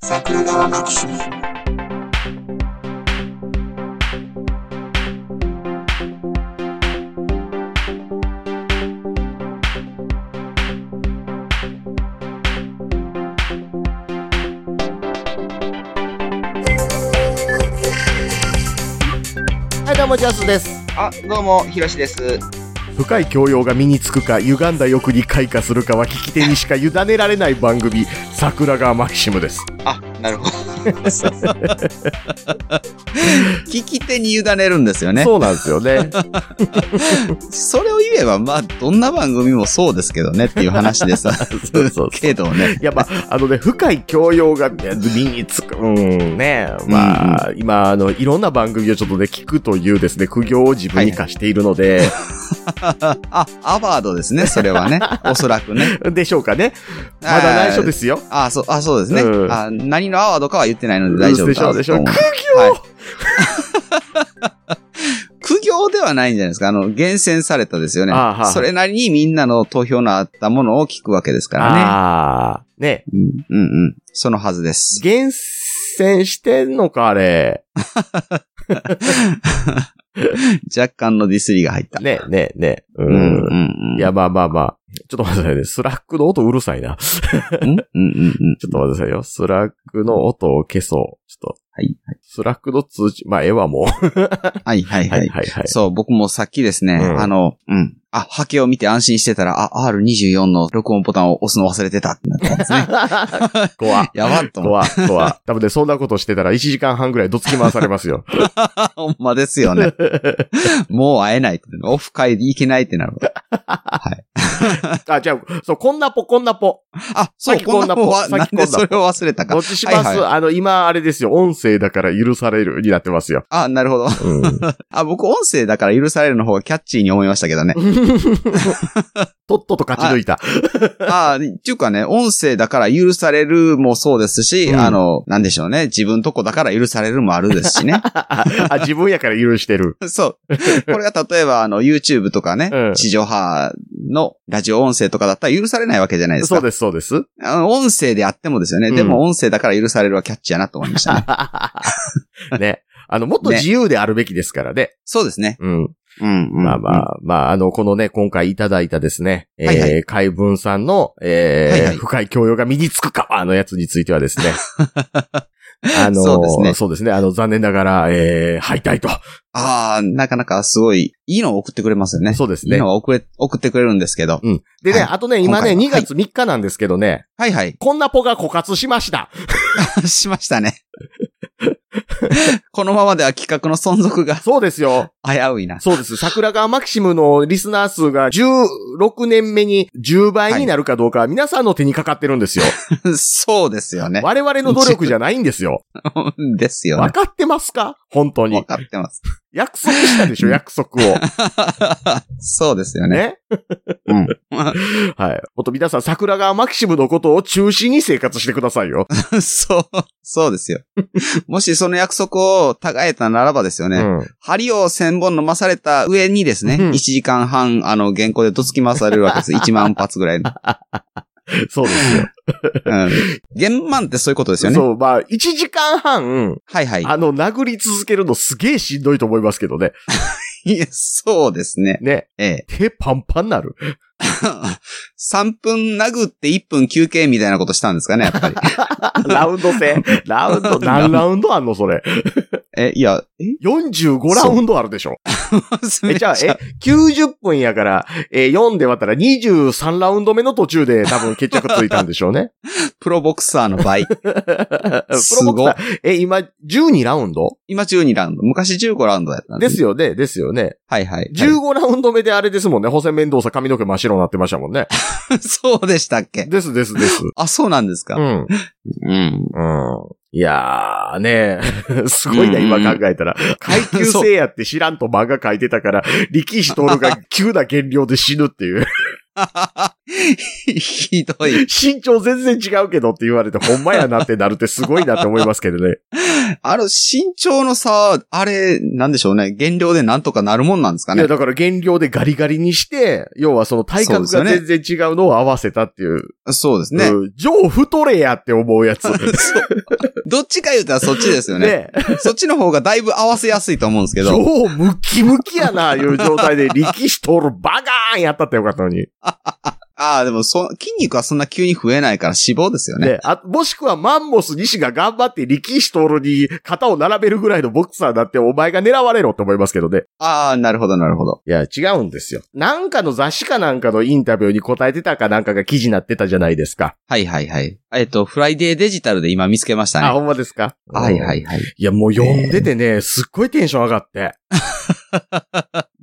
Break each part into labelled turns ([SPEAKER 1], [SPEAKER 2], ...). [SPEAKER 1] 桜川学習
[SPEAKER 2] はい、どうも、ジャスです。
[SPEAKER 3] あ、どうも、ひろしです。
[SPEAKER 2] 深い教養が身につくか、歪んだ欲に開花するかは聞き手にしか委ねられない番組、桜川マキシムです。
[SPEAKER 3] あ、なるほど。
[SPEAKER 4] 聞き手に委ねるんですよね。
[SPEAKER 2] そうなんですよね。。
[SPEAKER 4] それを言えば、まあ、どんな番組もそうですけどねっていう話でさ
[SPEAKER 2] そうそう
[SPEAKER 4] けどね。
[SPEAKER 2] いや、まあ、あのね、深い教養がね身につく。うん、ね。まあ、今、あの、いろんな番組をちょっとね、聞くというですね、苦行を自分に課しているので、
[SPEAKER 4] あ、アワードですね、それはね。 おそらくね。
[SPEAKER 2] でしょうかね。まだ内緒ですよ。
[SPEAKER 4] あ、そう、あ、そうですね。
[SPEAKER 2] うん
[SPEAKER 4] あ何のアワードかは言ってないので大丈夫
[SPEAKER 2] でしょ
[SPEAKER 4] か
[SPEAKER 2] うでしょう。苦
[SPEAKER 4] と
[SPEAKER 2] 行、
[SPEAKER 4] 思はい苦行ではないんじゃないですか。あの、厳選されたですよね
[SPEAKER 2] あーはー。
[SPEAKER 4] それなりにみんなの投票のあったものを聞くわけですからね。
[SPEAKER 2] ああ、ね。
[SPEAKER 4] うん、うん、うん。そのはずです。
[SPEAKER 2] 厳選してんのか、あれ。
[SPEAKER 4] 若干のディスリが入った。
[SPEAKER 2] ね、ね、ね。う
[SPEAKER 4] うん、うん
[SPEAKER 2] ん。、
[SPEAKER 4] うん。
[SPEAKER 2] いや、まあまあまあ。ちょっと待ってくださいね。スラックの音うるさいな。ち
[SPEAKER 4] うん、うん、うん、う
[SPEAKER 2] ょ
[SPEAKER 4] ん。
[SPEAKER 2] っと待ってくださいよ。スラックの音を消そう。ちょっと。
[SPEAKER 4] はい。
[SPEAKER 2] スラックの通知、まあ、ええわ、もう。
[SPEAKER 4] はい、はい、
[SPEAKER 2] は、
[SPEAKER 4] はいい。
[SPEAKER 2] はい、はい。
[SPEAKER 4] そう、僕もさっきですね、
[SPEAKER 2] うん
[SPEAKER 4] あの、うん。あ、波形を見て安心してたら、あ、R24 の録音ボタンを押すの忘れてたってなったんです ね。
[SPEAKER 2] 怖
[SPEAKER 4] やばっと思っ
[SPEAKER 2] 怖怖多分ね、そんなことしてたら1時間半ぐらいどつき回されます よ。
[SPEAKER 4] た。ほんまですよ ね。もう会えないって。オフ会で行けないってなる。
[SPEAKER 2] あ、じゃあ、そう、こんなぽ、こんなぽ。
[SPEAKER 4] あ、
[SPEAKER 2] さ
[SPEAKER 4] そう
[SPEAKER 2] っき、
[SPEAKER 4] こんな
[SPEAKER 2] こん
[SPEAKER 4] も
[SPEAKER 2] な
[SPEAKER 4] は
[SPEAKER 2] さっ
[SPEAKER 4] なん
[SPEAKER 2] き
[SPEAKER 4] でそれを忘れた
[SPEAKER 2] ど
[SPEAKER 4] か
[SPEAKER 2] っ。ちします、
[SPEAKER 4] はいは
[SPEAKER 2] あの、今、あれですよ。音声だから許されるになってますよ。
[SPEAKER 4] あ、なるほど。
[SPEAKER 2] うん。
[SPEAKER 4] あ、僕音声だから許されるの方がキャッチーに思いましたけ どね。
[SPEAKER 2] とっとと勝ち抜いた。
[SPEAKER 4] あー、っていうかね、音声だから許されるもそうですし、
[SPEAKER 2] うん
[SPEAKER 4] あの、なんでしょうね。自分とこだから許されるもあるですしね。
[SPEAKER 2] あ、自分やから許してる。
[SPEAKER 4] そう。これが例えば、あの、YouTube とかね、
[SPEAKER 2] うん
[SPEAKER 4] 地上波のラジオ音声とかだったら許されないわけじゃないです
[SPEAKER 2] そう
[SPEAKER 4] か。
[SPEAKER 2] です、そうです。
[SPEAKER 4] あの音声であってもですよね。
[SPEAKER 2] うん
[SPEAKER 4] でも音声だから許されるはキャッチやなと思いましたね。
[SPEAKER 2] ね。あの、もっと
[SPEAKER 4] ね
[SPEAKER 2] 自由であるべきですからね。
[SPEAKER 4] そうですね。
[SPEAKER 2] うん。
[SPEAKER 4] うん、うん。
[SPEAKER 2] まあま
[SPEAKER 4] あ。
[SPEAKER 2] あ、まあ、あの、このね、今回いただいたですね、えー、
[SPEAKER 4] はいは
[SPEAKER 2] 海文さんの、えー
[SPEAKER 4] はいはい
[SPEAKER 2] 深い教養が身につくか、あのやつについてはです ね。あの
[SPEAKER 4] そうですね
[SPEAKER 2] そうですね。あの、残念ながら、えー、敗退と。
[SPEAKER 4] ああ、なかなかすごい、いいのを送ってくれますよね。
[SPEAKER 2] そうです
[SPEAKER 4] い
[SPEAKER 2] ね
[SPEAKER 4] いの。を送れ、送ってくれるんですけど。
[SPEAKER 2] でね、
[SPEAKER 4] は
[SPEAKER 2] あとね、今ね、2
[SPEAKER 4] 今回は
[SPEAKER 2] 月3日なんですけどね、
[SPEAKER 4] はいはい。
[SPEAKER 2] こんな子が枯渇しました。
[SPEAKER 4] しましたね。このままでは企画の存続が
[SPEAKER 2] そうですよ。
[SPEAKER 4] 危ういな。
[SPEAKER 2] そうです。桜川マキシムのリスナー数が16年目に10倍になるかどうか、皆さんの手にかかってるんですよ。
[SPEAKER 4] そうです よね。
[SPEAKER 2] 我々の努力じゃないんですよ。
[SPEAKER 4] ですよ
[SPEAKER 2] わ
[SPEAKER 4] ね。
[SPEAKER 2] かってますか本当
[SPEAKER 4] わ
[SPEAKER 2] に。
[SPEAKER 4] かってます。
[SPEAKER 2] 約束したでしょ、 約束を。
[SPEAKER 4] そうですよね。
[SPEAKER 2] ね。
[SPEAKER 4] うん。
[SPEAKER 2] はい。ほんと皆さん、桜川マキシムのことを中心に生活してくださいよ。
[SPEAKER 4] そう、そうですよ。もしその約束をたがえたならばですよね。
[SPEAKER 2] うん。
[SPEAKER 4] 針を千本飲まされた上にですね、
[SPEAKER 2] う
[SPEAKER 4] 一
[SPEAKER 2] ん
[SPEAKER 4] 1時間半、あの、原稿でどつき回されるわけ です。1万発ぐらいの。
[SPEAKER 2] そうですよ。
[SPEAKER 4] うん。原満ってそういうことですよね。
[SPEAKER 2] そう、まあ、1時間半、
[SPEAKER 4] はいはい
[SPEAKER 2] あの、殴り続けるのすげえしんどいと思いますけどね。
[SPEAKER 4] いや。そうですね。
[SPEAKER 2] ね。
[SPEAKER 4] ええ。
[SPEAKER 2] 手パンパンなる。
[SPEAKER 4] 3分殴って1分休憩みたいなことしたんですかね、やっぱ り。
[SPEAKER 2] ラウンド 制。ラウンド、何ラウンドあんのそれ。
[SPEAKER 4] え、いや、え
[SPEAKER 2] 45ラウンドあるでしょ。え、じゃあ、
[SPEAKER 4] めっ
[SPEAKER 2] え、90分やから、えー、4で割ったら23ラウンド目の途中で多分決着ついたんでしょうね。
[SPEAKER 4] ちゃプロボクサーの 倍。
[SPEAKER 2] プ
[SPEAKER 4] す
[SPEAKER 2] ロボ
[SPEAKER 4] ご
[SPEAKER 2] クサー、え、今12ラウンド
[SPEAKER 4] 今12ラウンド。昔15ラウンドやったん
[SPEAKER 2] ですよね、ですよね。
[SPEAKER 4] はいはい。
[SPEAKER 2] 15ラウンド目であれですもんね。ホセメンドーサ髪の毛真っ白になってましたもんね。
[SPEAKER 4] そうでしたっけ
[SPEAKER 2] ですです です。
[SPEAKER 4] あ、そうなんですか。
[SPEAKER 2] うん。う
[SPEAKER 4] うん。
[SPEAKER 2] ん。いやーね すごいな、今考えた ら。階級制やって知らんと漫画書いてたから、力士徹が急な減量で死ぬっていう。
[SPEAKER 4] ひどい。
[SPEAKER 2] 身長全然違うけどって言われて、ほんまやなってなるってすごいなって思いますけど ね。
[SPEAKER 4] あの、身長の差、あれ、なんでしょうね。減量でなんとかなるもんなんですか
[SPEAKER 2] いや、
[SPEAKER 4] ね。
[SPEAKER 2] だから減量でガリガリにして、要はその体格
[SPEAKER 4] そう
[SPEAKER 2] が
[SPEAKER 4] ですよ
[SPEAKER 2] 全然違うのを合わせたっていう。
[SPEAKER 4] そうですね。
[SPEAKER 2] うん上太れやって思うやつ。
[SPEAKER 4] そうどっちか言うたらそっちですよね。
[SPEAKER 2] ね。
[SPEAKER 4] そっちの方がだいぶ合わせやすいと思うんですけど。
[SPEAKER 2] 超ムキムキやな、いう状態で力士通るバガーンやったってよかったのに。
[SPEAKER 4] ああ、でもそ、筋肉はそんな急に増えないから脂肪ですよね。
[SPEAKER 2] ね。あ、もしくはマンモス西が頑張って力士通るに肩を並べるぐらいのボクサーだってお前が狙われろって思いますけどね。
[SPEAKER 4] ああ、なるほど、なるほど。
[SPEAKER 2] いや、違うんですよ。なんかの雑誌かなんかのインタビューに答えてたかなんかが記事になってたじゃないですか。
[SPEAKER 4] はいはいはい。えっと、フライデーデジタルで今見つけました
[SPEAKER 2] あ、
[SPEAKER 4] ね。
[SPEAKER 2] ほんまですか。
[SPEAKER 4] はいはいいはい。
[SPEAKER 2] いや、もう読んでてね、すっごいテンション上がって。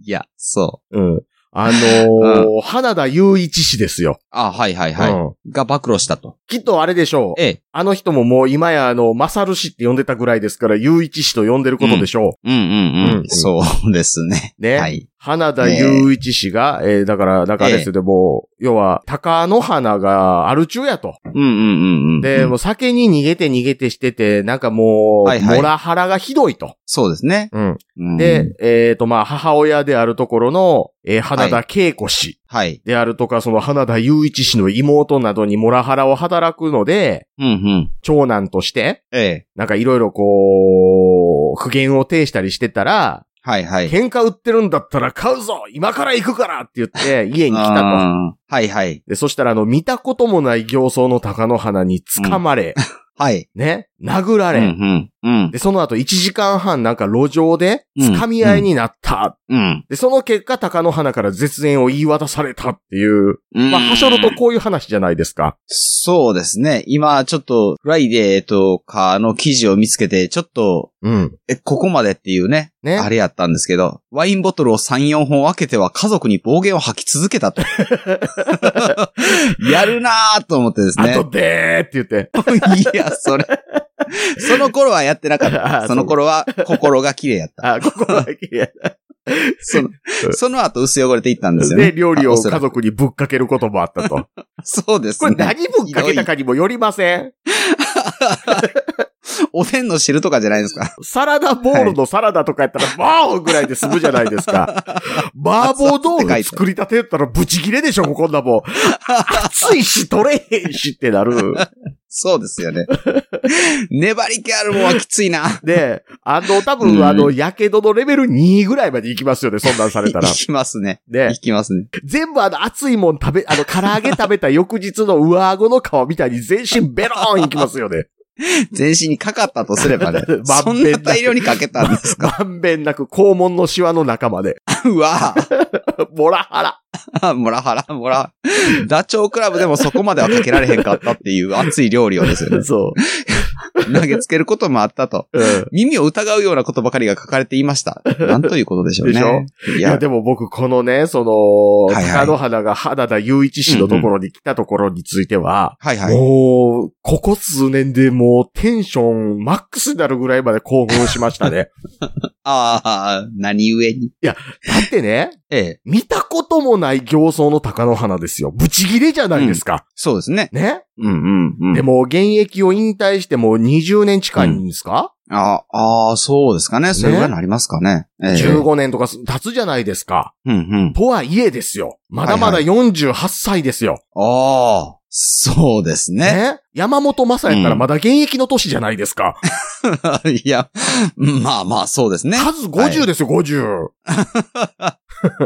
[SPEAKER 4] いや、そう。
[SPEAKER 2] うん。あのー、花田雄一氏ですよ。
[SPEAKER 4] あはいはいはい。
[SPEAKER 2] うん
[SPEAKER 4] が暴露したと。
[SPEAKER 2] きっとあれでしょう。
[SPEAKER 4] ええ。
[SPEAKER 2] あの人ももう今やあの、マサル氏って呼んでたぐらいですから、雄一氏と呼んでることでしょう。
[SPEAKER 4] うんうん
[SPEAKER 2] う
[SPEAKER 4] うんん。そうですね。
[SPEAKER 2] ね。
[SPEAKER 4] はい。
[SPEAKER 2] 花田雄一氏が、えーだから、だからですよ、でも、要は、高野花がある中やと。
[SPEAKER 4] うんうんうんうん。
[SPEAKER 2] で、もう酒に逃げて逃げてしてて、なんかもう、
[SPEAKER 4] はいはい
[SPEAKER 2] モラハラがひどいと。
[SPEAKER 4] そうですね。うん
[SPEAKER 2] で、、えっ、と、まあ、母親であるところの、えー花田恵子氏
[SPEAKER 4] はい。
[SPEAKER 2] であるとか、その花田雄一氏の妹などにモラハラを働くので、
[SPEAKER 4] うんうん。
[SPEAKER 2] 長男として、
[SPEAKER 4] ええ。
[SPEAKER 2] なんかいろいろこう、苦言を呈したりしてたら、
[SPEAKER 4] はいはい。
[SPEAKER 2] 喧嘩売ってるんだったら買うぞ今から行くからって言って、 家に来たと。
[SPEAKER 4] あーはいはい。
[SPEAKER 2] で、そしたらあの、見たこともない形相の高野花に掴まれ、
[SPEAKER 4] はい。
[SPEAKER 2] ね、殴ら
[SPEAKER 4] あ
[SPEAKER 2] れ、
[SPEAKER 4] うんうん。うん
[SPEAKER 2] で、その後1時間半なんか路上で掴み合いになった。
[SPEAKER 4] うん。
[SPEAKER 2] で、その結果、高野花から絶縁を言い渡されたっていう。
[SPEAKER 4] うん。
[SPEAKER 2] まあ、はしょるとこういう話じゃないですか。
[SPEAKER 4] そうですね。今、ちょっと、フライデーとかの記事を見つけて、ちょっと、
[SPEAKER 2] うん。
[SPEAKER 4] え、ここまでっていうね、
[SPEAKER 2] ね。
[SPEAKER 4] あれやったんですけど、ワインボトルを3、4本開けては家族に暴言を吐き続けた と。やるなーと思ってですね。
[SPEAKER 2] 後でーって言って。
[SPEAKER 4] いや、それ。その頃はやってなかっ
[SPEAKER 2] あ
[SPEAKER 4] た。その頃は心が綺麗やった。
[SPEAKER 2] あ、ここだけ。
[SPEAKER 4] その、その後薄汚れていったんですよね。
[SPEAKER 2] で、料理を
[SPEAKER 4] あおそら
[SPEAKER 2] 家族にぶっかけることもあったと。
[SPEAKER 4] そうです
[SPEAKER 2] こ
[SPEAKER 4] ね。
[SPEAKER 2] れ何ぶっかけたかにもよりません。
[SPEAKER 4] おでんの汁とかじゃないですか。
[SPEAKER 2] サラダボールのサラダとかやったら、バーンぐらいで済むじゃないです か。麻婆豆腐作りたてやったらブチ切れでしょ、こんな もん。熱いし、取れへんしってなる。
[SPEAKER 4] そうです よね。粘り気あるもんはきついな。
[SPEAKER 2] で、あの、多
[SPEAKER 4] う
[SPEAKER 2] 分、
[SPEAKER 4] ん
[SPEAKER 2] あの、やけどのレベル2ぐらいまで行きますよね、そんなんされ
[SPEAKER 4] い
[SPEAKER 2] た ら。
[SPEAKER 4] きますね。
[SPEAKER 2] で
[SPEAKER 4] い、きますね。
[SPEAKER 2] 全部あの、熱いもん食べ、あの、唐揚げ食べた翌日の上顎の皮みたいに全身ベローン行きます よね。。
[SPEAKER 4] 全身にかかったとすればね そんな大量にかけたんですか。
[SPEAKER 2] まんべんなく肛門のシワの中まで。
[SPEAKER 4] うわ
[SPEAKER 2] ボラハラ。
[SPEAKER 4] ぁ。モラハラ、モラ。ダチョウ倶楽部でもそこまではかけられへんかったっていう熱い料理をですよね。
[SPEAKER 2] そ
[SPEAKER 4] 投げつけることもあったと。
[SPEAKER 2] う。うん。
[SPEAKER 4] 耳を疑うようなことばかりが書かれていました。なんということでしょうね。
[SPEAKER 2] でしょ
[SPEAKER 4] い
[SPEAKER 2] いや、
[SPEAKER 4] や、
[SPEAKER 2] でも僕、このね、その、
[SPEAKER 4] はいはい
[SPEAKER 2] 高野花が花田雄一氏のところに来たところについては、
[SPEAKER 4] はいはい。
[SPEAKER 2] もう、ここ数年でもうテンションマックスになるぐらいまで興奮しました ね。
[SPEAKER 4] ああ、何故に。
[SPEAKER 2] だってね、
[SPEAKER 4] ええ、
[SPEAKER 2] 見たこともない形相の高野花ですよ。ブチギレじゃないですか。
[SPEAKER 4] そうですね。
[SPEAKER 2] ね、
[SPEAKER 4] うんうんうん。
[SPEAKER 2] でも、現役を引退してもう20年近いんですか、
[SPEAKER 4] ああー、そうですかね。それぐらいになりますかね。ええ
[SPEAKER 2] ?15 年とか経つじゃないですか。
[SPEAKER 4] うんうん。
[SPEAKER 2] とはいえですよ。まだまだ
[SPEAKER 4] は
[SPEAKER 2] 48歳ですよ。
[SPEAKER 4] ああ、そうですね。
[SPEAKER 2] ね山本正やったらまだ現役の年じゃないですか。
[SPEAKER 4] いや、まあまあ、そうですね。
[SPEAKER 2] 数
[SPEAKER 4] はい
[SPEAKER 2] 50ですよ、50。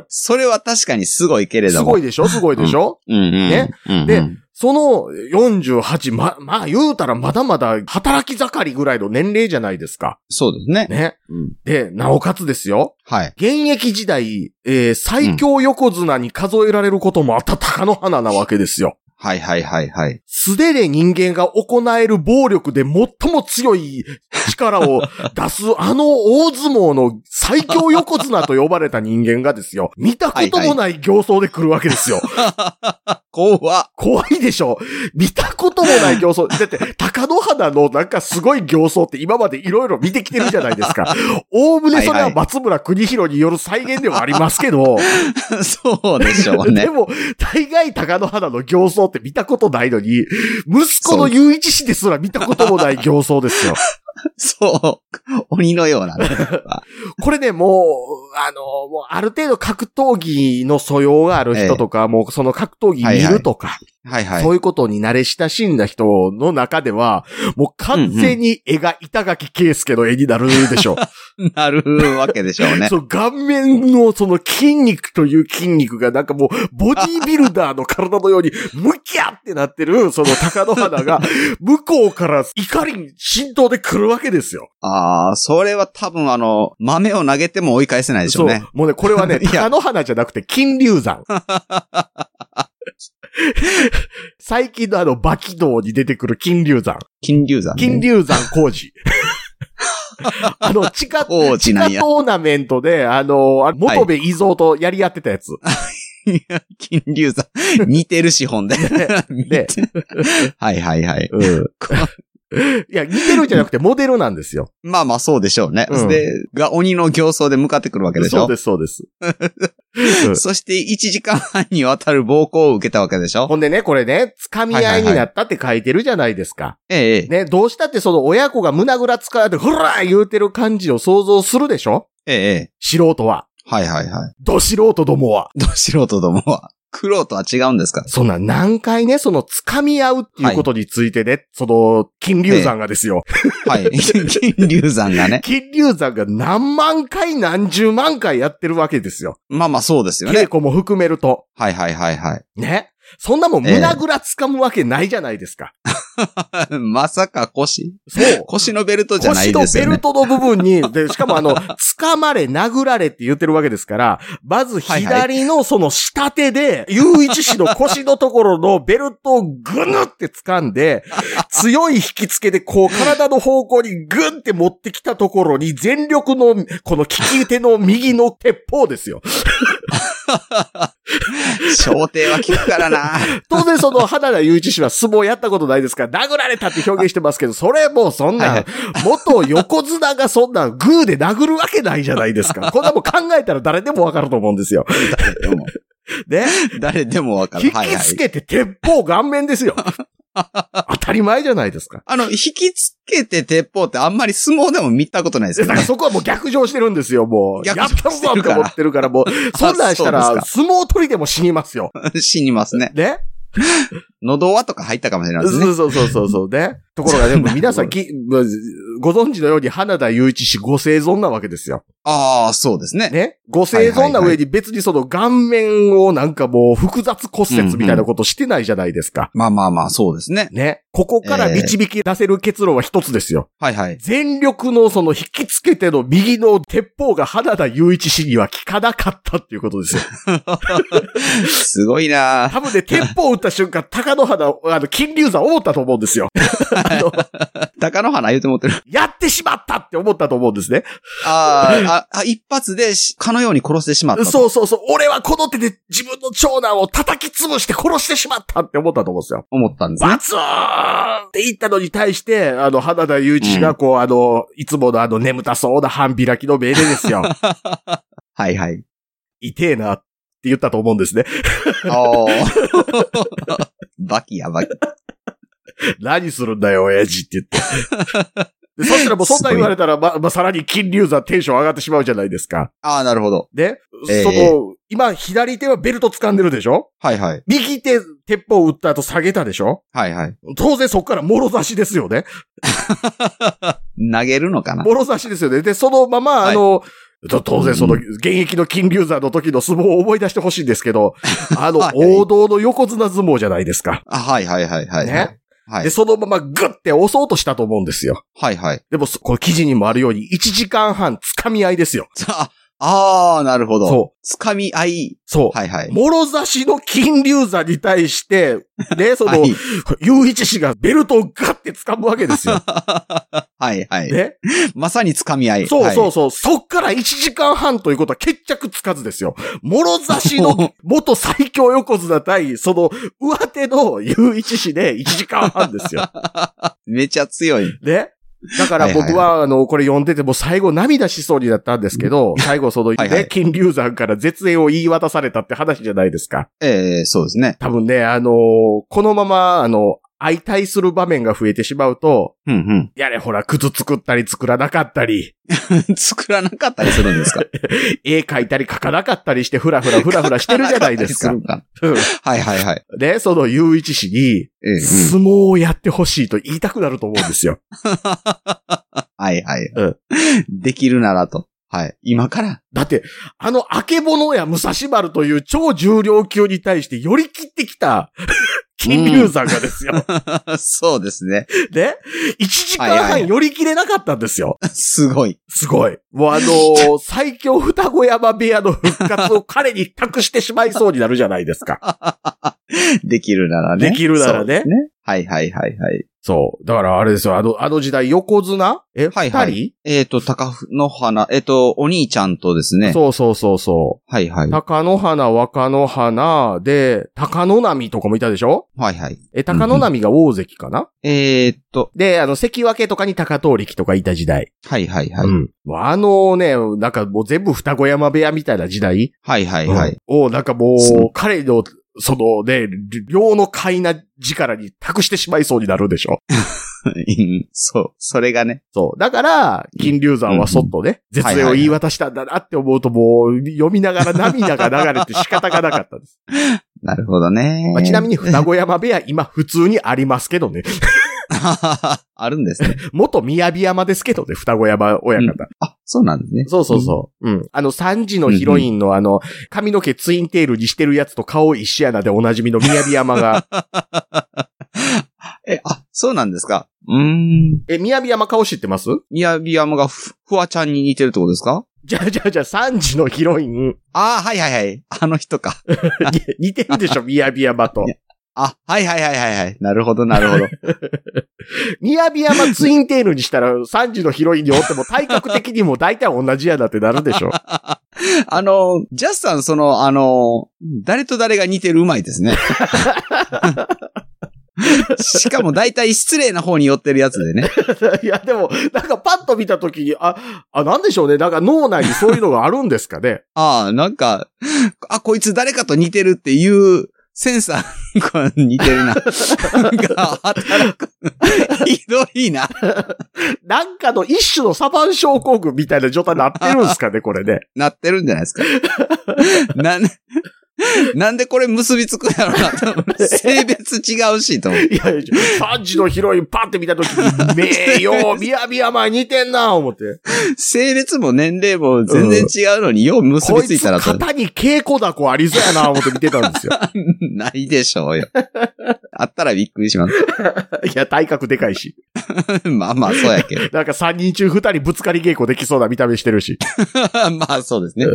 [SPEAKER 4] それは確かにすごいけれ
[SPEAKER 2] す
[SPEAKER 4] ども。
[SPEAKER 2] ごいでしょすごいでしょ、
[SPEAKER 4] うんうん。
[SPEAKER 2] ね
[SPEAKER 4] うんうん。
[SPEAKER 2] でその48、ま、まあ言うたらまだまだ働き盛りぐらいの年齢じゃないですか。
[SPEAKER 4] そうですね。
[SPEAKER 2] ね。
[SPEAKER 4] うん
[SPEAKER 2] で、なおかつですよ。
[SPEAKER 4] はい。
[SPEAKER 2] 現役時代、えー最強横綱に数えられることもあった高野花なわけですよ。
[SPEAKER 4] はいはいはいはい。
[SPEAKER 2] 素手で人間が行える暴力で最も強い力 を出すあの大相撲の最強横綱と呼ばれた人間がですよ、見たこともない形相で来るわけですよ。
[SPEAKER 4] 怖っ。
[SPEAKER 2] 怖いでしょ見たこともない行走。だって、高野花のなんかすごい行走って今までいろいろ見てきてるじゃないです か。おおむねそれは松村邦弘による再現ではありますけど、
[SPEAKER 4] そうでしょう
[SPEAKER 2] で
[SPEAKER 4] ね。
[SPEAKER 2] も、大概高野花の行走って見たことないのに、息子の雄一氏ですら見たこともない行走ですよ。
[SPEAKER 4] そう。鬼のようなね。
[SPEAKER 2] これね、もう、あの、もうある程度格闘技の素養がある人とか、もうその格闘技見るとか、
[SPEAKER 4] はいはい
[SPEAKER 2] そう。いうことに慣れ親しんだ人の中では、もう完全に絵が板垣圭介の絵になるでしょう。
[SPEAKER 4] なるわけでしょ うね。
[SPEAKER 2] そう、顔面のその筋肉という筋肉がなんかもう、ボディービルダーの体のように、ムキャってなってる、その高野花 が、向こうから怒りに浸透で来るわけですよ。
[SPEAKER 4] ああ、それは多分あの、豆を投げても追い返せないでしょうね。
[SPEAKER 2] そう。もうね、これはね、
[SPEAKER 4] いや
[SPEAKER 2] 高野花じゃなくて、金龍 山。最近のあの、バキ道に出てくる金龍山。
[SPEAKER 4] 金龍山、ね。
[SPEAKER 2] 金龍山工 事。あの、地下、
[SPEAKER 4] 王子
[SPEAKER 2] 地
[SPEAKER 4] な
[SPEAKER 2] 下
[SPEAKER 4] んや。
[SPEAKER 2] トーナメントで、あの、あ元部伊蔵とやり合ってた やつ。
[SPEAKER 4] 金龍山。 似てる資本 で。
[SPEAKER 2] で
[SPEAKER 4] はいはいはい。
[SPEAKER 2] うん。
[SPEAKER 4] この
[SPEAKER 2] いや、似てるんじゃなくてモデルなんです よ。
[SPEAKER 4] まあまあそうでしょうね。
[SPEAKER 2] うん
[SPEAKER 4] で、が鬼の形相で向かってくるわけでし
[SPEAKER 2] そう
[SPEAKER 4] ょ。
[SPEAKER 2] です、そうです。うん
[SPEAKER 4] そして1時間半にわたる暴行を受けたわけでしょ。
[SPEAKER 2] ほんでね、これね、掴み合いになったって書いてるじゃないですか。
[SPEAKER 4] ええ、
[SPEAKER 2] ね、どうしたってその親子が胸ぐらつかれて、ほらー言うてる感じを想像するでしょ
[SPEAKER 4] ええ、ええ。
[SPEAKER 2] 素人は。
[SPEAKER 4] はいはいはい。
[SPEAKER 2] ど素人どもは。
[SPEAKER 4] ど素人どもは。苦労とは違うんですか
[SPEAKER 2] そんな何回ね、その掴み合うっていうことについてね、その、金龍山がですよ。
[SPEAKER 4] はい。 金龍山がね。
[SPEAKER 2] 金龍山が何万回何十万回やってるわけですよ。
[SPEAKER 4] まあまあそうですよ
[SPEAKER 2] 稽
[SPEAKER 4] ね。
[SPEAKER 2] 古も含めると。
[SPEAKER 4] はいはいはいはい。
[SPEAKER 2] ね。そんなもん胸ぐら掴むわけないじゃないですか。
[SPEAKER 4] まさか腰
[SPEAKER 2] そう。
[SPEAKER 4] 腰のベルトじゃな
[SPEAKER 2] 腰
[SPEAKER 4] い
[SPEAKER 2] の
[SPEAKER 4] です
[SPEAKER 2] ベ
[SPEAKER 4] よ
[SPEAKER 2] ル
[SPEAKER 4] ね。
[SPEAKER 2] トの部分に、で、しかもあの、掴まれ、殴られって言ってるわけですから、まず左のその下手で、雄一氏の腰のところのベルトをぐぬって掴ん で、強い引き付けでこう体の方向にぐんって持ってきたところに、全力の、この利き手の右の鉄砲ですよ。
[SPEAKER 4] 小艇は効くか らな。
[SPEAKER 2] 当然その花田雄一氏は相撲やったことないですから、殴られたって表現してますけど、それもうそん
[SPEAKER 4] は
[SPEAKER 2] ないん、元横綱がそんなんグーで殴るわけないじゃないです か。こんなもん考えたら誰でもわかると思うんですよ。
[SPEAKER 4] 誰でも、
[SPEAKER 2] ね。
[SPEAKER 4] 誰でもわかる。
[SPEAKER 2] 引
[SPEAKER 4] はい
[SPEAKER 2] き
[SPEAKER 4] はい
[SPEAKER 2] つ。けて鉄砲顔面ですよ。当たり前じゃないですか。
[SPEAKER 4] あの、引きつけて鉄砲ってあんまり相撲でも見たことないです
[SPEAKER 2] だ
[SPEAKER 4] よ
[SPEAKER 2] から
[SPEAKER 4] ね。
[SPEAKER 2] そこはもう逆上してるんですよ、もう。
[SPEAKER 4] 逆
[SPEAKER 2] や
[SPEAKER 4] 上
[SPEAKER 2] ったぞ
[SPEAKER 4] してる
[SPEAKER 2] って
[SPEAKER 4] から
[SPEAKER 2] 思ってるから、もう、そんなんした
[SPEAKER 4] そうで
[SPEAKER 2] ら、
[SPEAKER 4] す
[SPEAKER 2] 相撲取りでも死にますよ。
[SPEAKER 4] 死にますね。
[SPEAKER 2] ね
[SPEAKER 4] 喉輪とか入ったかもしれないですね。
[SPEAKER 2] そうそうそうそうそうね。ところがでも皆さん き、ご存知のように花田雄一氏ご生存なわけですよ。
[SPEAKER 4] ああ、そうですね。
[SPEAKER 2] ね。ご生存な上に別にその顔面をなんかもう複雑骨折みたいなことしてないじゃないですか。
[SPEAKER 4] まあまあまあ、そうですね。
[SPEAKER 2] ね。ここから導き出せる結論は一つですよ。
[SPEAKER 4] はいはい。
[SPEAKER 2] 全力のその引きつけての右の鉄砲が花田雄一氏には効かなかったっていうことです よ。
[SPEAKER 4] すごいなあ
[SPEAKER 2] 多分ね、鉄砲撃った瞬間、高野花、あの、金龍山思ったと思うんですよ。あの、
[SPEAKER 4] 高野花言うて思ってる。
[SPEAKER 2] やってしまったって思ったと思うんですね。
[SPEAKER 4] あーあ、あ、一発でし、かのように殺してしまったと。
[SPEAKER 2] そうそうそう。俺はこの手で自分の長男を叩き潰して殺してしまったって思ったと思うんですよ。
[SPEAKER 4] 思ったんですね
[SPEAKER 2] バ。ツーンって言ったのに対して、あの、花田雄一氏が、こう、あの、いつものあの、眠たそうな半開きの命令です よ。
[SPEAKER 4] はいはい。
[SPEAKER 2] 痛えなって言ったと思うんですね。
[SPEAKER 4] ああ。バキやバキ。
[SPEAKER 2] 何するんだよ、親父って言って。 でそしたらもうそんな言われたら、ま、まあ、さらに金龍山テンション上がってしまうじゃないですか。
[SPEAKER 4] ああ、なるほど。
[SPEAKER 2] で、
[SPEAKER 4] ええ
[SPEAKER 2] その、今、左手はベルト掴んでるでしょ
[SPEAKER 4] はいはい。
[SPEAKER 2] 右手、鉄砲撃った後下げたでしょ
[SPEAKER 4] はいはい。
[SPEAKER 2] 当然そこから諸差しですよね。
[SPEAKER 4] 投げるのかな
[SPEAKER 2] もろ差しですよね。で、そのまま、
[SPEAKER 4] はい
[SPEAKER 2] あの、と当然その、
[SPEAKER 4] う
[SPEAKER 2] 現役の金龍山の時の相撲を思い出してほしいんですけど、あの
[SPEAKER 4] はい、
[SPEAKER 2] 王道の横綱相撲じゃないですか。
[SPEAKER 4] あはいはいはいはい。
[SPEAKER 2] ね。
[SPEAKER 4] はい
[SPEAKER 2] で、。そのままグッて押そうとしたと思うんですよ。
[SPEAKER 4] はいはい。
[SPEAKER 2] でも、そこの記事にもあるように、1時間半掴み合いですよ。
[SPEAKER 4] あ、ああ、なるほど。。
[SPEAKER 2] そう
[SPEAKER 4] 掴み合い。
[SPEAKER 2] そう。
[SPEAKER 4] はいはい。
[SPEAKER 2] もろ差しの金龍山に対して、ね、そ
[SPEAKER 4] は
[SPEAKER 2] の
[SPEAKER 4] い、
[SPEAKER 2] 雄一氏がベルトをガッて掴むわけですよ。
[SPEAKER 4] はいはい。
[SPEAKER 2] ね。
[SPEAKER 4] まさに掴み合い。
[SPEAKER 2] そう
[SPEAKER 4] はい
[SPEAKER 2] そうそう。そっから1時間半ということは決着つかずですよ。諸差し の元最強横綱対、その上手の雄一氏で1時間半です よ。
[SPEAKER 4] めちゃ強い。
[SPEAKER 2] ね。だから
[SPEAKER 4] はいはいはい
[SPEAKER 2] 僕は、あの、これ読んでてもう最後涙しそうになったんですけど、最後その、
[SPEAKER 4] はいはい
[SPEAKER 2] ね、金龍山から絶縁を言い渡されたって話じゃないですか。
[SPEAKER 4] ええそうですね。
[SPEAKER 2] 多分ね、あのーこのまま、あの、相対する場面が増えてしまうと、
[SPEAKER 4] うん
[SPEAKER 2] やれほら、靴作ったり作らなかったり、
[SPEAKER 4] うん。 作らなかったりするんですか
[SPEAKER 2] 絵描いたり描かなかったりして、ふらふらふらふらしてるじゃない です か
[SPEAKER 4] 作。らなかったりするんか。はいはいはい。
[SPEAKER 2] うんね、その雄一氏に、
[SPEAKER 4] ええうん
[SPEAKER 2] 相撲をやってほしいと言いたくなると思うんですよ。
[SPEAKER 4] はいはい、
[SPEAKER 2] うん
[SPEAKER 4] できるならと。はい。今から。
[SPEAKER 2] だって、あの、あけぼのや武蔵丸という超重量級に対して寄り切ってきた、 金龍山がですよ。
[SPEAKER 4] そうですね。
[SPEAKER 2] ね ?1 時間
[SPEAKER 4] はいはいは
[SPEAKER 2] 半
[SPEAKER 4] い
[SPEAKER 2] 寄り切れなかったんですよ。
[SPEAKER 4] すごい。
[SPEAKER 2] すごい。もうあのー最強双子山部屋の復活を彼に託してしまいそうになるじゃないです か。
[SPEAKER 4] できるならね。
[SPEAKER 2] できるならね
[SPEAKER 4] そうですね。はいはいはいはい。
[SPEAKER 2] そう。だからあれですよ、あの、あの時代横綱え、
[SPEAKER 4] は
[SPEAKER 2] 二
[SPEAKER 4] い
[SPEAKER 2] 人、
[SPEAKER 4] はいえっ、と、高野花、えっ、と、お兄ちゃんとですね。
[SPEAKER 2] そうそうそうそ。。
[SPEAKER 4] はいはいう
[SPEAKER 2] 高野花、若野花で、高野波とかもいたでしょ
[SPEAKER 4] はいはい。
[SPEAKER 2] え、高野波が大関かな、
[SPEAKER 4] えっ、と、
[SPEAKER 2] で、あの、関脇とかに高遠力とかいた時代。
[SPEAKER 4] はいはいはい。
[SPEAKER 2] うん。もうあのね、なんかもう全部双子山部屋みたいな時代
[SPEAKER 4] はいはいはい。
[SPEAKER 2] を、なんかも、
[SPEAKER 4] そう
[SPEAKER 2] 彼の、そのね、量の快な力に託してしまいそうになるでしょ。
[SPEAKER 4] うんそう。それがね。
[SPEAKER 2] そう。だから、金龍山はそっとね、絶
[SPEAKER 4] はい
[SPEAKER 2] 縁
[SPEAKER 4] はい
[SPEAKER 2] を
[SPEAKER 4] はい
[SPEAKER 2] 言い渡したんだなって思うともう、読みながら涙が流れて仕方がなかったです。
[SPEAKER 4] なるほどね。
[SPEAKER 2] まあちなみに、双子山部屋、今普通にありますけどね。
[SPEAKER 4] あるんですね。
[SPEAKER 2] 元宮城山ですけどね、双子山親方。
[SPEAKER 4] あ、そうなんですね。
[SPEAKER 2] そうそうそう。うん。あの、三時のヒロインのあの、髪の毛ツインテールにしてるやつと顔一緒やなでおなじみの宮城山が、
[SPEAKER 4] え、あ、そうなんですか。うーん。
[SPEAKER 2] え、宮城山顔知ってます
[SPEAKER 4] 宮城山がふ、ふわちゃんに似てるってことですか
[SPEAKER 2] じゃあじゃあじゃあ、3時のヒロイン、
[SPEAKER 4] あーはいはいはい。あの人か。
[SPEAKER 2] に似てるでしょ、宮城山と。
[SPEAKER 4] あ、はいはいはいはいはい。なるほどなるほど。
[SPEAKER 2] 宮城山ツインテールにしたら、3時のヒロインにおっても体格的にも大体同じやなってなるでしょ。
[SPEAKER 4] あの、ジャスさん、その、あの、誰と誰が似てるうまいですね。しかも大体失礼な方に寄ってるやつでね。
[SPEAKER 2] いや、でも、なんかパッと見たときに、あ、あ、なんでしょうね。なんか脳内にそういうのがあるんですかね。
[SPEAKER 4] ああ、なんか、あ、こいつ誰かと似てるっていうセンサーが似てるな。が働く。ひどいな。
[SPEAKER 2] なんかの一種のサバン症候群みたいな状態になってるんですかね、これね。
[SPEAKER 4] なってるんじゃないですか。なん、なんでこれ結びつくんやろうなと思って。性別違うしと思って。
[SPEAKER 2] いや、3時のヒロインパッて見たときに、ねえよ、宮城山似てんな、思って。
[SPEAKER 4] 性別も年齢も全然違うのに、よう結
[SPEAKER 2] こ
[SPEAKER 4] び
[SPEAKER 2] い
[SPEAKER 4] つい
[SPEAKER 2] つ
[SPEAKER 4] たらと。
[SPEAKER 2] 肩に稽古だこありそうやな、思って見てたんですよ。
[SPEAKER 4] ないでしょ うよ。あったらびっくりします。
[SPEAKER 2] いや、体格でかいし。
[SPEAKER 4] まあまあ、そうやけど。
[SPEAKER 2] なんか3人中2人ぶつかり稽古できそうな見た目してるし。
[SPEAKER 4] まあ、そうですね。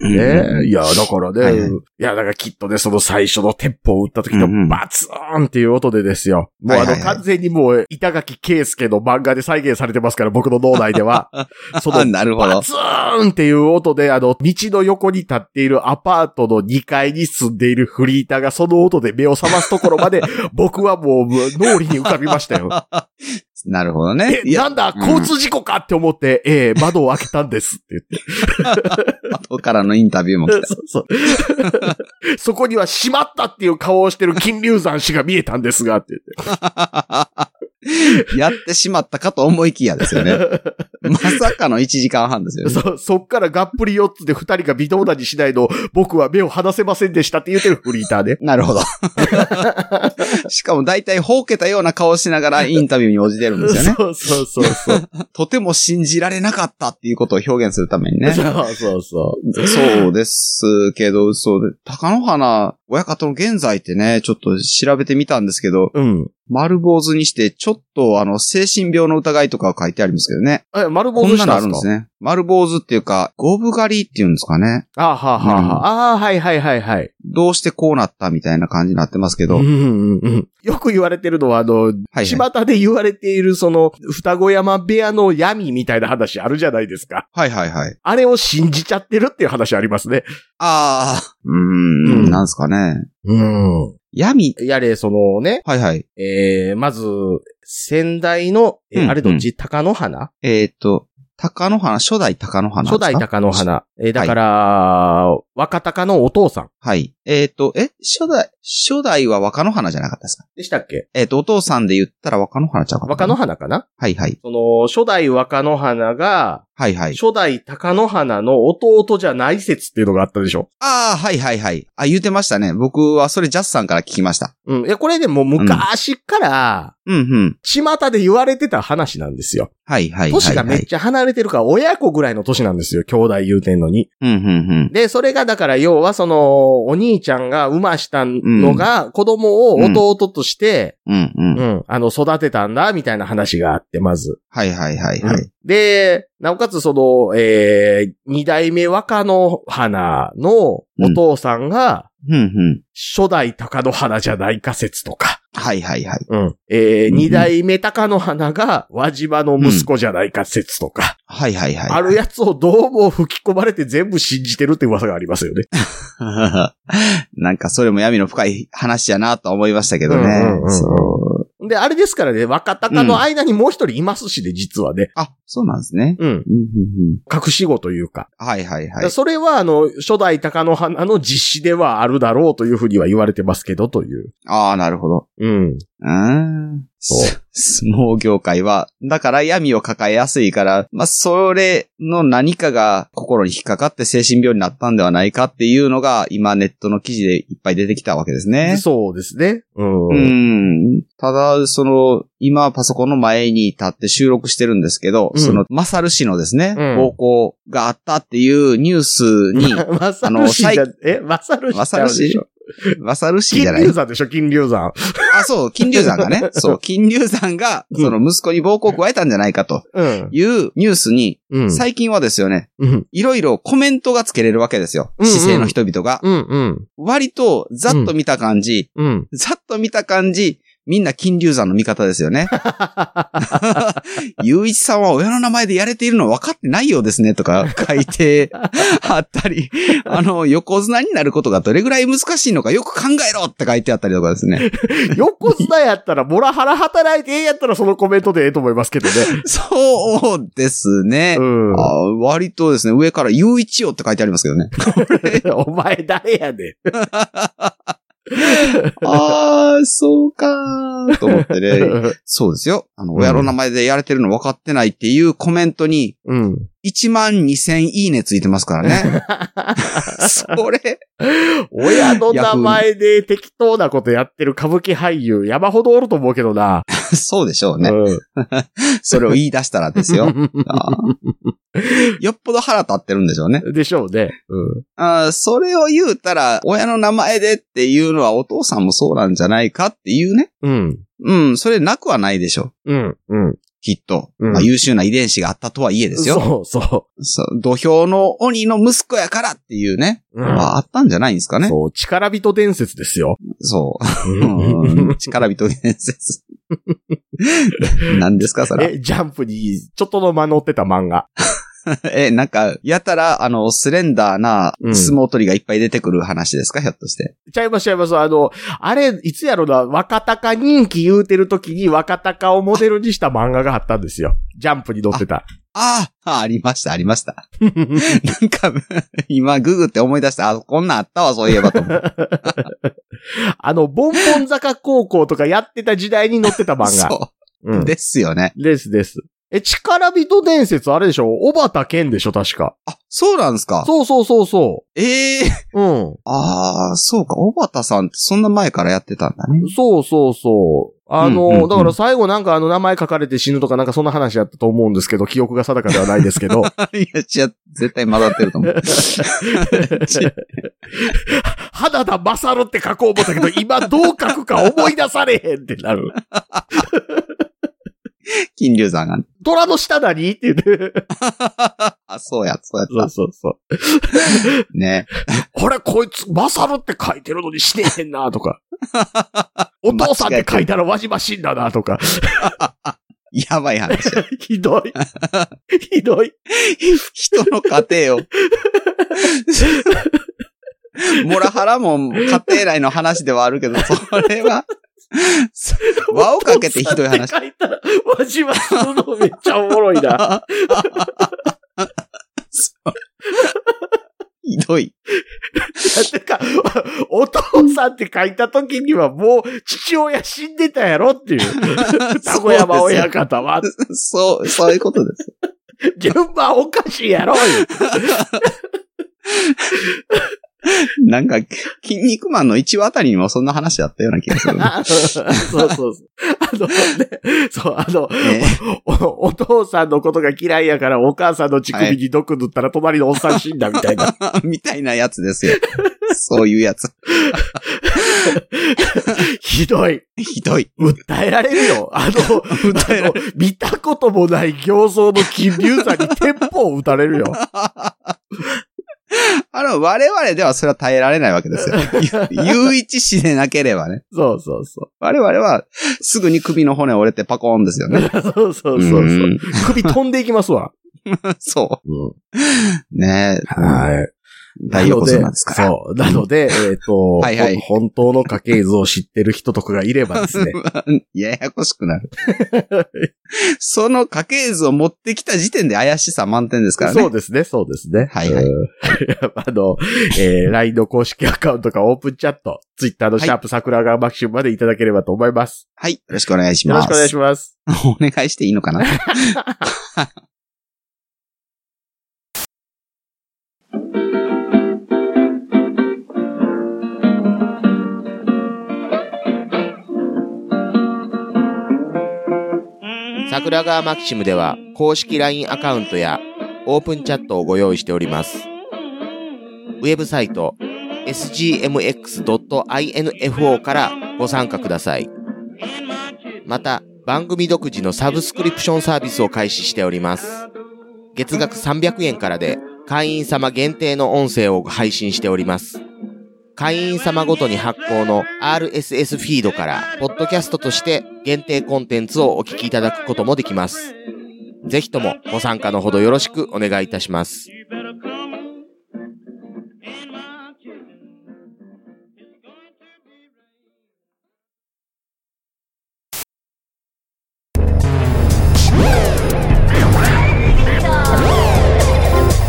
[SPEAKER 2] ねいや、だからね、
[SPEAKER 4] はい
[SPEAKER 2] い
[SPEAKER 4] はい
[SPEAKER 2] や、だからきっとね、その最初の鉄砲を打った時
[SPEAKER 4] うんう
[SPEAKER 2] の
[SPEAKER 4] ん
[SPEAKER 2] バツーンっていう音でですよ。もうあ
[SPEAKER 4] はい
[SPEAKER 2] の、
[SPEAKER 4] はいはい
[SPEAKER 2] 完全にもう、板垣圭介の漫画で再現されてますから、僕の脳内では。そ
[SPEAKER 4] あ、
[SPEAKER 2] の、
[SPEAKER 4] なる ほ
[SPEAKER 2] バ
[SPEAKER 4] ど。
[SPEAKER 2] ツーンっていう音で、あの、道の横に立っているアパートの2階に住んでいるフリーターがその音で目を覚ますところま で、僕はもう脳裏に浮かびましたよ。
[SPEAKER 4] なるほどね
[SPEAKER 2] え。、
[SPEAKER 4] いや、
[SPEAKER 2] なんだ、
[SPEAKER 4] うん
[SPEAKER 2] 交通事故かって思って、ええ窓を開けたんですって言って。
[SPEAKER 4] 後からのインタビューも来 た。
[SPEAKER 2] そうそう。 そこには閉まったっていう顔をしてる金龍山氏が見えたんですが、って
[SPEAKER 4] やってしまったかと思いきやですよね。 まさかの1時間半ですよ
[SPEAKER 2] 言っ
[SPEAKER 4] ね。
[SPEAKER 2] て。そ、そっからがっぷり4つで2人が微動だにしないのを僕は目を離せませんでしたって言ってるフリーターね。
[SPEAKER 4] なるほ ど。しかも大体、ほうけたような顔しながらインタビューに応じてるんですよね。
[SPEAKER 2] そうそうそう そう。
[SPEAKER 4] とても信じられなかったっていうことを表現するためにね。
[SPEAKER 2] そうそうそう。
[SPEAKER 4] そうですけど、そうで、高野花、親方の現在ってね、ちょっと調べてみたんですけど、
[SPEAKER 2] うん。
[SPEAKER 4] 丸坊主にして、ちょっとあの、精神病の疑いとかは書いてありますけどね。
[SPEAKER 2] え、丸坊
[SPEAKER 4] こ
[SPEAKER 2] 主
[SPEAKER 4] んな
[SPEAKER 2] し
[SPEAKER 4] の
[SPEAKER 2] た
[SPEAKER 4] あ
[SPEAKER 2] ん
[SPEAKER 4] るん
[SPEAKER 2] で
[SPEAKER 4] ですす
[SPEAKER 2] か
[SPEAKER 4] ね。丸坊主っていうか、ゴブ狩りっていうんですかね。
[SPEAKER 2] あーはあはあはあ。ああ、はいはいはいはい。
[SPEAKER 4] どうしてこうなったみたいな感じになってますけど。
[SPEAKER 2] うんうんうんよく言われてるのは、あの、
[SPEAKER 4] はいはい。
[SPEAKER 2] 巷で言われている、その、双子山部屋の闇みたいな話あるじゃないですか。
[SPEAKER 4] はいはいはい。
[SPEAKER 2] あれを信じちゃってるっていう話ありますね。
[SPEAKER 4] ああ、うー
[SPEAKER 2] うん
[SPEAKER 4] ん、なんすかね。
[SPEAKER 2] うん。
[SPEAKER 4] 闇
[SPEAKER 2] やれ、そのね、
[SPEAKER 4] はいはい。
[SPEAKER 2] えー、まず、先代の、えー
[SPEAKER 4] うん
[SPEAKER 2] あれどっち、鷹の花
[SPEAKER 4] えーっと、鷹の花、初代鷹の花です
[SPEAKER 2] 初
[SPEAKER 4] か
[SPEAKER 2] 代鷹の。花。えーだから、若鷹のお父さん
[SPEAKER 4] はい。えーっと、え、初代、初代は若の花じゃなかったですか
[SPEAKER 2] でしたっけ
[SPEAKER 4] えーっと、お父さんで言ったら若の花ちゃうかった
[SPEAKER 2] 若の花かな
[SPEAKER 4] はいはい。
[SPEAKER 2] その、初代若の花が、
[SPEAKER 4] はいはい。
[SPEAKER 2] 初代鷹の花の弟じゃない説っていうのがあったでしょ。
[SPEAKER 4] ああ、はいはいはい。あ、言うてましたね。僕はそれジャスさんから聞きました。
[SPEAKER 2] うん。いや、これでもう昔から、
[SPEAKER 4] うんうん。
[SPEAKER 2] 巷で言われてた話なんですよ。
[SPEAKER 4] はいはいはい、はい。
[SPEAKER 2] 年がめっちゃ離れてるから、親子ぐらいの年なんですよ、兄弟言うてんのに。
[SPEAKER 4] うんうん
[SPEAKER 2] で、それがだから要はその、お兄ちゃんが馬したのが、子供を弟として、
[SPEAKER 4] うん。うん
[SPEAKER 2] う
[SPEAKER 4] うん。
[SPEAKER 2] ん、あの、育てたんだ、みたいな話があって、まず。
[SPEAKER 4] はいはいはいはい。
[SPEAKER 2] で、なおかつその、えー、二代目若の花のお父さんが、
[SPEAKER 4] うんうん。
[SPEAKER 2] 初代高の花じゃないか説とか、
[SPEAKER 4] はいはいはい。
[SPEAKER 2] うん。えー、
[SPEAKER 4] うん
[SPEAKER 2] 二代目高の花が輪島の息子じゃないか説とか、
[SPEAKER 4] はいはいはい。
[SPEAKER 2] あるやつをどうも吹き込まれて全部信じてるって噂がありますよね。
[SPEAKER 4] なんかそれも闇の深い話やなとは思いましたけどね。
[SPEAKER 2] うんうんうん
[SPEAKER 4] そう。
[SPEAKER 2] で、あれですからね、若鷹の間にもう一人いますしね、実はね。
[SPEAKER 4] あ、そうなんですね。
[SPEAKER 2] うん。
[SPEAKER 4] うんうんうん。
[SPEAKER 2] 隠し子というか。
[SPEAKER 4] はいはいは
[SPEAKER 2] だから
[SPEAKER 4] い。
[SPEAKER 2] それは、あの、初代鷹の花の実施ではあるだろうというふうには言われてますけど、という。
[SPEAKER 4] ああ、なるほど。
[SPEAKER 2] うん。
[SPEAKER 4] うーん。
[SPEAKER 2] そう
[SPEAKER 4] す相撲業界は、だから闇を抱えやすいから、まあ、それの何かが心に引っかかって精神病になったんではないかっていうのが、今ネットの記事でいっぱい出てきたわけですね。
[SPEAKER 2] そうですね。うん。
[SPEAKER 4] うん。ただ、その、今パソコンの前に立って収録してるんですけど、
[SPEAKER 2] うん
[SPEAKER 4] その、マサル氏のですね、
[SPEAKER 2] うん
[SPEAKER 4] 暴行があったっていうニュース に、
[SPEAKER 2] マサル氏じゃ
[SPEAKER 4] あ、
[SPEAKER 2] え、マサル氏
[SPEAKER 4] マ
[SPEAKER 2] ち
[SPEAKER 4] サ
[SPEAKER 2] ゃう
[SPEAKER 4] ル
[SPEAKER 2] で
[SPEAKER 4] 氏
[SPEAKER 2] しょ
[SPEAKER 4] マサル氏じ
[SPEAKER 2] 金
[SPEAKER 4] ゃない
[SPEAKER 2] 龍。山でしょ、金龍山。
[SPEAKER 4] あ、そう、金龍山 がね、そう、金龍山が、
[SPEAKER 2] うん
[SPEAKER 4] その息子に暴行を加えたんじゃないかと
[SPEAKER 2] うん。
[SPEAKER 4] いうニュースに、
[SPEAKER 2] うん。
[SPEAKER 4] 最近はですよね、
[SPEAKER 2] うん。
[SPEAKER 4] いろいろコメントがつけれるわけですよ。
[SPEAKER 2] うんうん
[SPEAKER 4] 姿勢の人々が。
[SPEAKER 2] うん。うん。
[SPEAKER 4] 割と、ざっと見た感じ、
[SPEAKER 2] うん。
[SPEAKER 4] ざっと見た感じ、みんな金龍山の味方ですよね。 ゆういちさんは親の名前でやれているの分かってないようですね、とか書いてあったり、あの、横綱になることがどれぐらい難しいのかよく考えろって書いてあったりとかですね。
[SPEAKER 2] 横綱やったら、モラハラ働いてええやったらそのコメントでええと思いますけどね。
[SPEAKER 4] そうですね。
[SPEAKER 2] うん。
[SPEAKER 4] あ割とですね、上からゆういちよって書いてありますけどね。
[SPEAKER 2] お前誰やね
[SPEAKER 4] ああ、そうかーと思っ てね。
[SPEAKER 2] ん。
[SPEAKER 4] そうですよ。あの、親の名前でやれてるの分かってないっていうコメントに、
[SPEAKER 2] うん。
[SPEAKER 4] 1万2000いいねついてますからね。それ、
[SPEAKER 2] 親の名前で適当なことやってる歌舞伎俳優山ほどおると思うけどな。
[SPEAKER 4] そうでしょうね。
[SPEAKER 2] うん
[SPEAKER 4] それを言い出したらで すよ。あーよっぽど腹立ってるんでしょうね。
[SPEAKER 2] でしょうね。うん
[SPEAKER 4] あーそれを言うたら、親の名前でっていうのはお父さんもそうなんじゃないかっていうね。
[SPEAKER 2] うん。
[SPEAKER 4] うん、それなくはないでしょ
[SPEAKER 2] う
[SPEAKER 4] う。
[SPEAKER 2] ん。うん。
[SPEAKER 4] きっと。
[SPEAKER 2] うん
[SPEAKER 4] まあ、優秀な遺伝子があったとはいえですよ。
[SPEAKER 2] そうそ
[SPEAKER 4] そう土俵の鬼の息子やからっていうね。
[SPEAKER 2] う。うん
[SPEAKER 4] まあ、あったんじゃないんですかね。
[SPEAKER 2] そう、力人伝説ですよ。
[SPEAKER 4] そう。
[SPEAKER 2] う
[SPEAKER 4] うん力人伝説。何ですか、それ。
[SPEAKER 2] え、ジャンプに、ちょっとの間乗ってた漫画。
[SPEAKER 4] え、なんか、やたら、あの、スレンダーな
[SPEAKER 2] うん
[SPEAKER 4] 相撲取りがいっぱい出てくる話ですか、ひょっとして。
[SPEAKER 2] ちゃいますちゃいます。あの、あれ、いつやろな、若鷹人気言うてる時に若鷹をモデルにした漫画があったんですよ。ジャンプに載ってた。
[SPEAKER 4] ああ、ありました、ありま した。なんか、今、ググって思い出した。あ、こんなんあったわ、そういえばと思って。
[SPEAKER 2] あの、ボンボン坂高校とかやってた時代に載ってた漫 画。
[SPEAKER 4] そうう。
[SPEAKER 2] ん
[SPEAKER 4] ですよね。
[SPEAKER 2] ですです。え、力人伝説あれでしょ小畑健でしょ確か。
[SPEAKER 4] あ、そうなんですか。
[SPEAKER 2] そうそうそうそ
[SPEAKER 4] ええ
[SPEAKER 2] う。うん。
[SPEAKER 4] ああ、そうか。小畑さんってそんな前からやってたんだ ね。
[SPEAKER 2] そうそうそう。あの、
[SPEAKER 4] うんうんうん
[SPEAKER 2] だから最後なんかあの名前書かれて死ぬとかなんかそんな話だったと思うんですけど、記憶が定かではないですけ ど、
[SPEAKER 4] いや、違う。絶対混ざってると思う。
[SPEAKER 2] 花田勝るって書こう 思ったけど、今どう書くか思い出されへんってなる。
[SPEAKER 4] 金龍山がね。
[SPEAKER 2] 虎の下何って言って。
[SPEAKER 4] あ、そうや、そうやっ
[SPEAKER 2] そうそうそう。
[SPEAKER 4] た。ね。
[SPEAKER 2] あれ、こいつ、マサルって書いてるのにしてへんなと か。お父さんって書いたらわしましんだなとか。
[SPEAKER 4] やばい話。
[SPEAKER 2] ひどい。ひど い。
[SPEAKER 4] 人の家庭を。モラハラも家庭内の話ではあるけど、それは、輪をかけてひどい話
[SPEAKER 2] お父さんって書いたらわしましんのめっちゃおも ろいな。
[SPEAKER 4] ひどい。
[SPEAKER 2] てか、お父さんって書いた時にはもう父親死んでたやろって いう。名古山親方は。
[SPEAKER 4] そう、そういうことです。
[SPEAKER 2] 順番おかしい やろ言うて
[SPEAKER 4] なんか、筋肉マンの1話あたりにもそんな話あったような気がす る。
[SPEAKER 2] あそうそうそう。あのね、そう、あの、
[SPEAKER 4] ね
[SPEAKER 2] お、お父さんのことが嫌いやからお母さんの乳首に毒塗ったら隣のおっさん死んだみたい な。
[SPEAKER 4] みたいなやつですよ。そういうやつ。
[SPEAKER 2] ひどい。
[SPEAKER 4] ひどい。
[SPEAKER 2] 訴えられる よ。あの、
[SPEAKER 4] 訴えら
[SPEAKER 2] あの見たこともない形相の金龍さんに鉄砲を撃たれるよ。
[SPEAKER 4] あの、我々ではそれは耐えられないわけですよ。 ゆ一一しでなければね。
[SPEAKER 2] そうそうそ
[SPEAKER 4] 我々は、すぐに首の骨折れてパコーンですよね。
[SPEAKER 2] う。そうそうそうそう。
[SPEAKER 4] ん
[SPEAKER 2] 首飛んでいきますわ。
[SPEAKER 4] そ
[SPEAKER 2] うん。
[SPEAKER 4] う。ねえ。
[SPEAKER 2] はい。
[SPEAKER 4] 大横綱ですから。
[SPEAKER 2] そう。なので、えっ、 と、
[SPEAKER 4] はいはい
[SPEAKER 2] ほ本当の家系図を知ってる人とかがいればですね。
[SPEAKER 4] ややこしくなる。その家系図を持ってきた時点で怪しさ満点ですから ね。
[SPEAKER 2] そうですね、そうですね。
[SPEAKER 4] はいはい
[SPEAKER 2] うん あの、えー LINE の公式アカウントかオープンチャット、Twitter のシャープ桜川マキシムまでいただければと思います。
[SPEAKER 4] はい。よろしくお願いし
[SPEAKER 2] よろ
[SPEAKER 4] ま
[SPEAKER 2] し
[SPEAKER 4] す。
[SPEAKER 2] くお願いします。
[SPEAKER 4] お願いしていいのかな
[SPEAKER 1] 桜川マキシムでは公式 LINE アカウントやオープンチャットをご用意しておりますウェブサイト sgmx.info からご参加くださいまた番組独自のサブスクリプションサービスを開始しております月額300円からで会員様限定の音声を配信しております会員様ごとに発行の RSS フィードから、ポッドキャストとして限定コンテンツをお聞きいただくこともできます。ぜひともご参加のほどよろしくお願いいたします。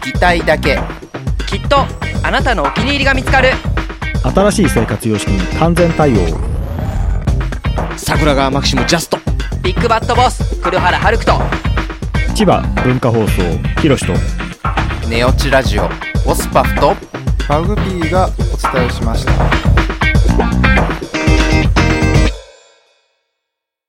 [SPEAKER 5] 聞きたいだけ
[SPEAKER 6] きっとあなたのお気に入りが見つかる
[SPEAKER 7] 新しい生活様式に完全対応
[SPEAKER 2] 桜川マキシムジャスト。
[SPEAKER 6] ビッグバットボス黒原遥人
[SPEAKER 7] 千葉文化放送ひろしと
[SPEAKER 5] ネオチラジオオスパフと
[SPEAKER 8] マグピーがお伝えしました